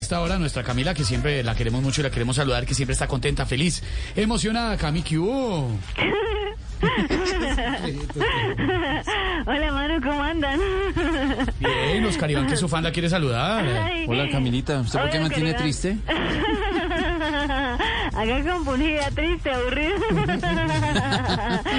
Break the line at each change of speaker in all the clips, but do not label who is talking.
Esta hora nuestra Camila, que siempre la queremos mucho y la queremos saludar, que siempre está contenta, feliz, emocionada. Cami, ¿qué hubo?
Hola Manu, ¿cómo andan?
Bien, Oscar Iván, que su fan la quiere saludar.
Ay,
Hola Camilita, ¿usted por qué
Hola,
me mantiene
querida.
triste?
Acá compungida, triste, aburrida.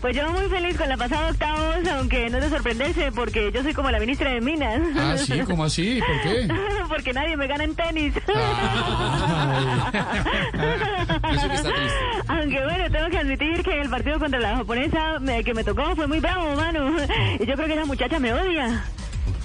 Pues yo muy feliz con la pasada octavos, aunque no te sorprenderse porque yo soy como la ministra de Minas.
Ah, sí, ¿cómo así? ¿Por qué?
Porque nadie me gana en tenis.
Ah, Ay.
Yo sé que está triste.
Aunque bueno, tengo que admitir que el partido contra la japonesa me- que me tocó fue muy bravo, Manu. Y yo creo que esa muchacha me odia.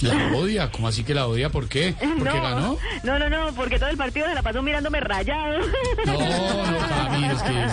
La odia, ¿cómo así que la odia? ¿Por qué? ¿Porque ganó?
No, no, no, porque todo el partido se la pasó mirándome rayado.
No, no, Cami, es que es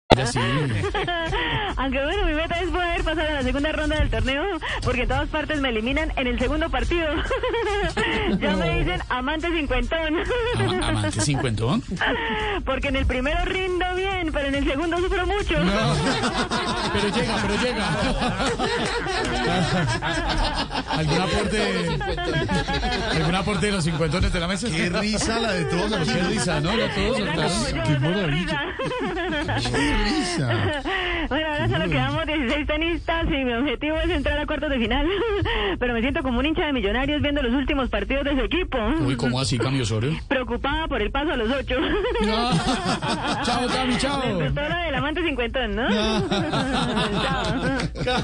ella sí.
Aunque bueno, mi meta es poder pasar a la segunda ronda del torneo, porque en todas partes me eliminan en el segundo partido. ya me dicen amante cincuentón.
Ama- amante cincuentón.
porque en el primero rindo bien, pero en el segundo sufro mucho.
Pero llega, pero llega. ¿Algún aporte, ¿Algún aporte de los cincuentones de la mesa? Qué risa la de todos, qué risa, ¿no? La de todos,
Están como yo, están arriba. Bueno, ahora solo quedamos 16 tenistas y mi objetivo es entrar a cuartos de final. Pero me siento como un hincha de millonarios viendo los últimos partidos de su equipo.
Uy, ¿cómo así, Cami Osorio?
Preocupada por el paso a los ocho.
No. Chao, Cami, chao.
Me gustó lo del amante cincuentón, ¿no? Chao.